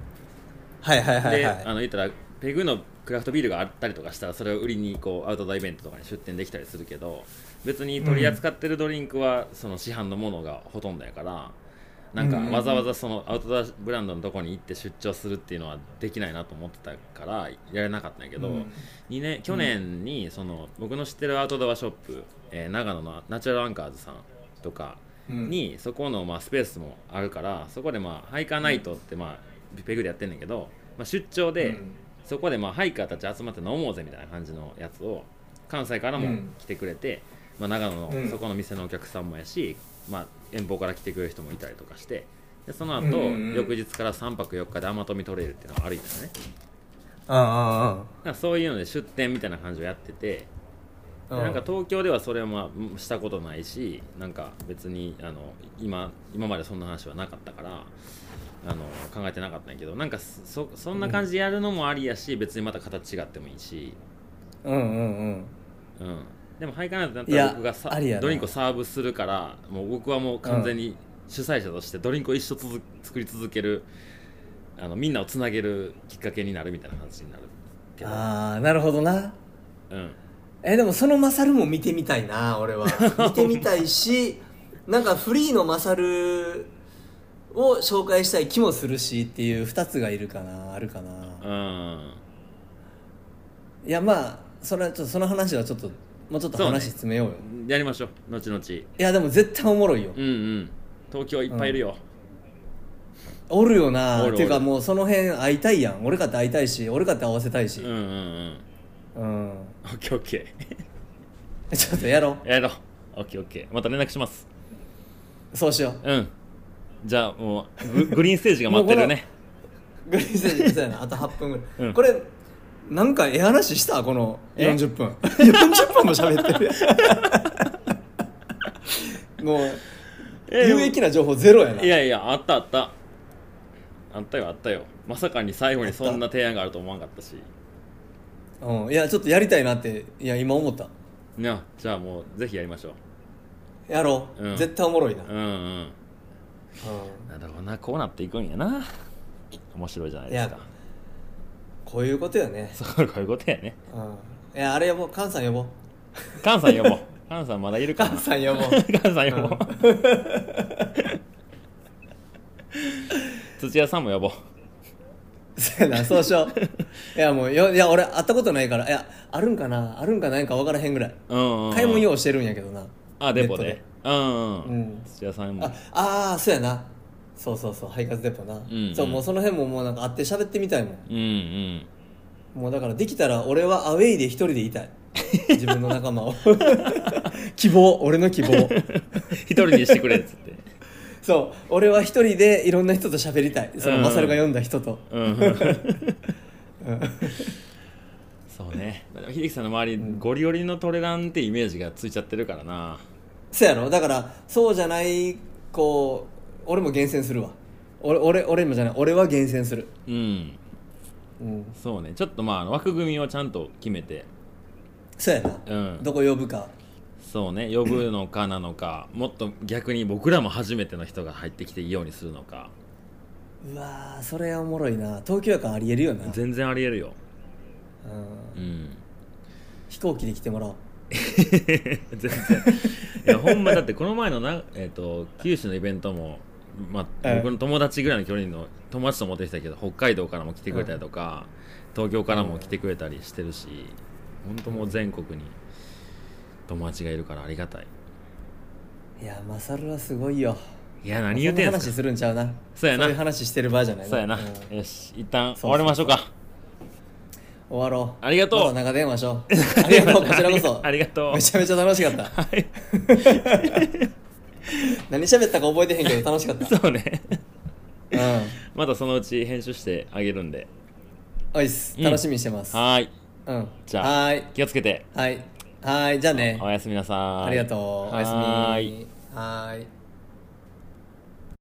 Speaker 2: はいはいはい
Speaker 1: で
Speaker 2: は
Speaker 1: あ
Speaker 2: い
Speaker 1: の言ったらペグのクラフトビールがあったりとかしたらそれを売りにこうアウトドアイベントとかに出店できたりするけど別に取り扱ってるドリンクはその市販のものがほとんどやからなんか
Speaker 2: うん
Speaker 1: わざわざそのアウトドアブランドのとこに行って出張するっていうのはできないなと思ってたからやれなかったんやけど、
Speaker 2: うん
Speaker 1: 二年去年にその僕の知ってるアウトドアショップ、えー長野のナチュラルアンカーズさんとかに、そこのまあスペースもあるからそこでまあハイカーナイトってまあペグでやってんねんけど、まあ、出張で、
Speaker 2: うん
Speaker 1: そこでまあハイカーたち集まって飲もうぜみたいな感じのやつを関西から
Speaker 2: う
Speaker 1: も
Speaker 2: ん
Speaker 1: 来てくれて、まあ、長野
Speaker 2: う
Speaker 1: の
Speaker 2: ん
Speaker 1: そこの店のお客さんもやし、まあ、遠方から来てくれる人もいたりとかしてでその後、
Speaker 2: うんうんうん
Speaker 1: 翌日から3泊4日で天富トレイルっていうのを歩いたのね。
Speaker 2: うんうん
Speaker 1: なんかそういうので出店みたいな感じをやってて、で
Speaker 2: うん
Speaker 1: なんか東京ではそれはまあうんしたことないしなんか別にあの今今までそんな話はなかったからあの考えてなかったんやけどなんかそそんな感じでやるのもありやし、別にまた形違ってもいいし、
Speaker 2: うんうんうん
Speaker 1: うん、でもハイカーナイトだった
Speaker 2: い
Speaker 1: ら
Speaker 2: や
Speaker 1: 僕がさ
Speaker 2: ありやな
Speaker 1: ドリンクをサーブするからもう僕はもう完全に主催者としてドリンクを一生続作り続けるあのみんなをつなげるきっかけになるみたいな話になるけど。
Speaker 2: ああなるほどな
Speaker 1: うん
Speaker 2: えでもそのマサルも見てみたいな 俺は見てみたいしなんかフリーのマサルを紹介したい気もするしっていう2つがいるかなあるかな
Speaker 1: うん
Speaker 2: いやまあそれはちょっとその話はちょっともうちょっと
Speaker 1: そうね
Speaker 2: 話詰めようよ
Speaker 1: やりましょう後々
Speaker 2: いやでも絶対おもろいよ
Speaker 1: うんうん東京いっぱいいるよ、
Speaker 2: おるよな
Speaker 1: おるおる
Speaker 2: っていうかもうその辺会いたいやん俺かって会いたいし俺かって会わせたいし
Speaker 1: うん、うんうん
Speaker 2: うん
Speaker 1: オッケーオッケ
Speaker 2: ちょっとやろ
Speaker 1: ー やろうオッケーオッケーまた連絡します
Speaker 2: うそうしよう
Speaker 1: うんじゃあもうググリーンステージが待ってるね
Speaker 2: グリーンステージそうやなあと8分ぐらい、
Speaker 1: うん
Speaker 2: これなんかええ話したこの
Speaker 1: え
Speaker 2: 40分 40分も喋ってるやん もう
Speaker 1: え
Speaker 2: 有益な情報ゼロやない
Speaker 1: やいやあったあったあったよあったよまさかに最後にそんな提案があると思わなかったし
Speaker 2: うん、いやちょっとやりたいなっていや今思った
Speaker 1: いやじゃあもうぜひやりましょ
Speaker 2: やろう、
Speaker 1: うん
Speaker 2: 絶対おもろいな、
Speaker 1: ううんうん
Speaker 2: うん
Speaker 1: なるほどなこうなっていくんやな面白いじゃないですか
Speaker 2: いやこういうことよね、
Speaker 1: そうこういうことやね
Speaker 2: うん、いやあれ呼ぼう菅さん呼ぼう
Speaker 1: 菅さん呼ぼう菅さんまだいるかな
Speaker 2: 菅さん呼ぼう
Speaker 1: 母さん呼ぼう、土屋さんも呼ぼう
Speaker 2: そうやなそうしよ ういやもうよいや俺会ったことないからいやあるんかなあるんかないんか分からへんぐらい
Speaker 1: うん、うん、
Speaker 2: 買い物用意してるんやけどな
Speaker 1: あデポで
Speaker 2: ネット
Speaker 1: うん、うん
Speaker 2: うん
Speaker 1: 土屋さんも
Speaker 2: ああーそうやなそうそうそう肺活デポな、
Speaker 1: んうん
Speaker 2: そうもうその辺ももうなんか会って喋ってみたいもん
Speaker 1: うんうん
Speaker 2: もうだからできたら俺はアウェイで一人で いたい自分の仲間を 希望俺の 希望
Speaker 1: 一人にしてくれっつって
Speaker 2: そう俺は一人でいろんな人と喋りたいその
Speaker 1: うん
Speaker 2: マサルが読んだ人と、
Speaker 1: うんそうねでも秀樹さんの周り、ゴリゴリのトレランってイメージがついちゃってるからな
Speaker 2: そうやろだからそうじゃないこう俺も厳選するわ俺俺俺もじゃない俺は厳選する
Speaker 1: うん
Speaker 2: うん
Speaker 1: そうねちょっとまああの枠組みをちゃんと決めて
Speaker 2: そうやな、
Speaker 1: うん
Speaker 2: どこ呼ぶか
Speaker 1: そうね呼ぶのかなのかもっと逆に僕らも初めての人が入ってきていいようにするのか
Speaker 2: うわーそれはおもろいな東京やからありえるよな、うん、
Speaker 1: 全然ありえるようん
Speaker 2: 飛行機で来てもらおう
Speaker 1: 全然いやほんまだってこの前のな、えー、と九州のイベントも、まあ、
Speaker 2: ええ
Speaker 1: 僕の友達ぐらいの距離の友達と思ってきたけど北海道からも来てくれたりとか、東京からも来てくれたりしてるし、ほんともう全国に友達がいるからありがたい
Speaker 2: いやマサルはすごいよ
Speaker 1: いや何言うてん
Speaker 2: そな
Speaker 1: す
Speaker 2: 話
Speaker 1: か
Speaker 2: するんちゃうな
Speaker 1: そうやな
Speaker 2: そういう話してる場合じゃない
Speaker 1: そうやな、
Speaker 2: ん終
Speaker 1: よし一旦終わりましょうか
Speaker 2: わろう
Speaker 1: ありがとう
Speaker 2: また長電話しようありがとうこちらこそ
Speaker 1: ありがとう
Speaker 2: めちゃめちゃ楽しかった 何喋ったか覚えてへんけど楽しか った
Speaker 1: そうね
Speaker 2: うん
Speaker 1: またそのうち編集してあげるんで
Speaker 2: おいっす楽しみにしてます、
Speaker 1: はーい
Speaker 2: うん、
Speaker 1: じゃあ
Speaker 2: はーい
Speaker 1: 気をつけて
Speaker 2: はいはいじゃあね
Speaker 1: おやすみなさーい
Speaker 2: ありがとうおやすみ
Speaker 1: はーい
Speaker 2: はーい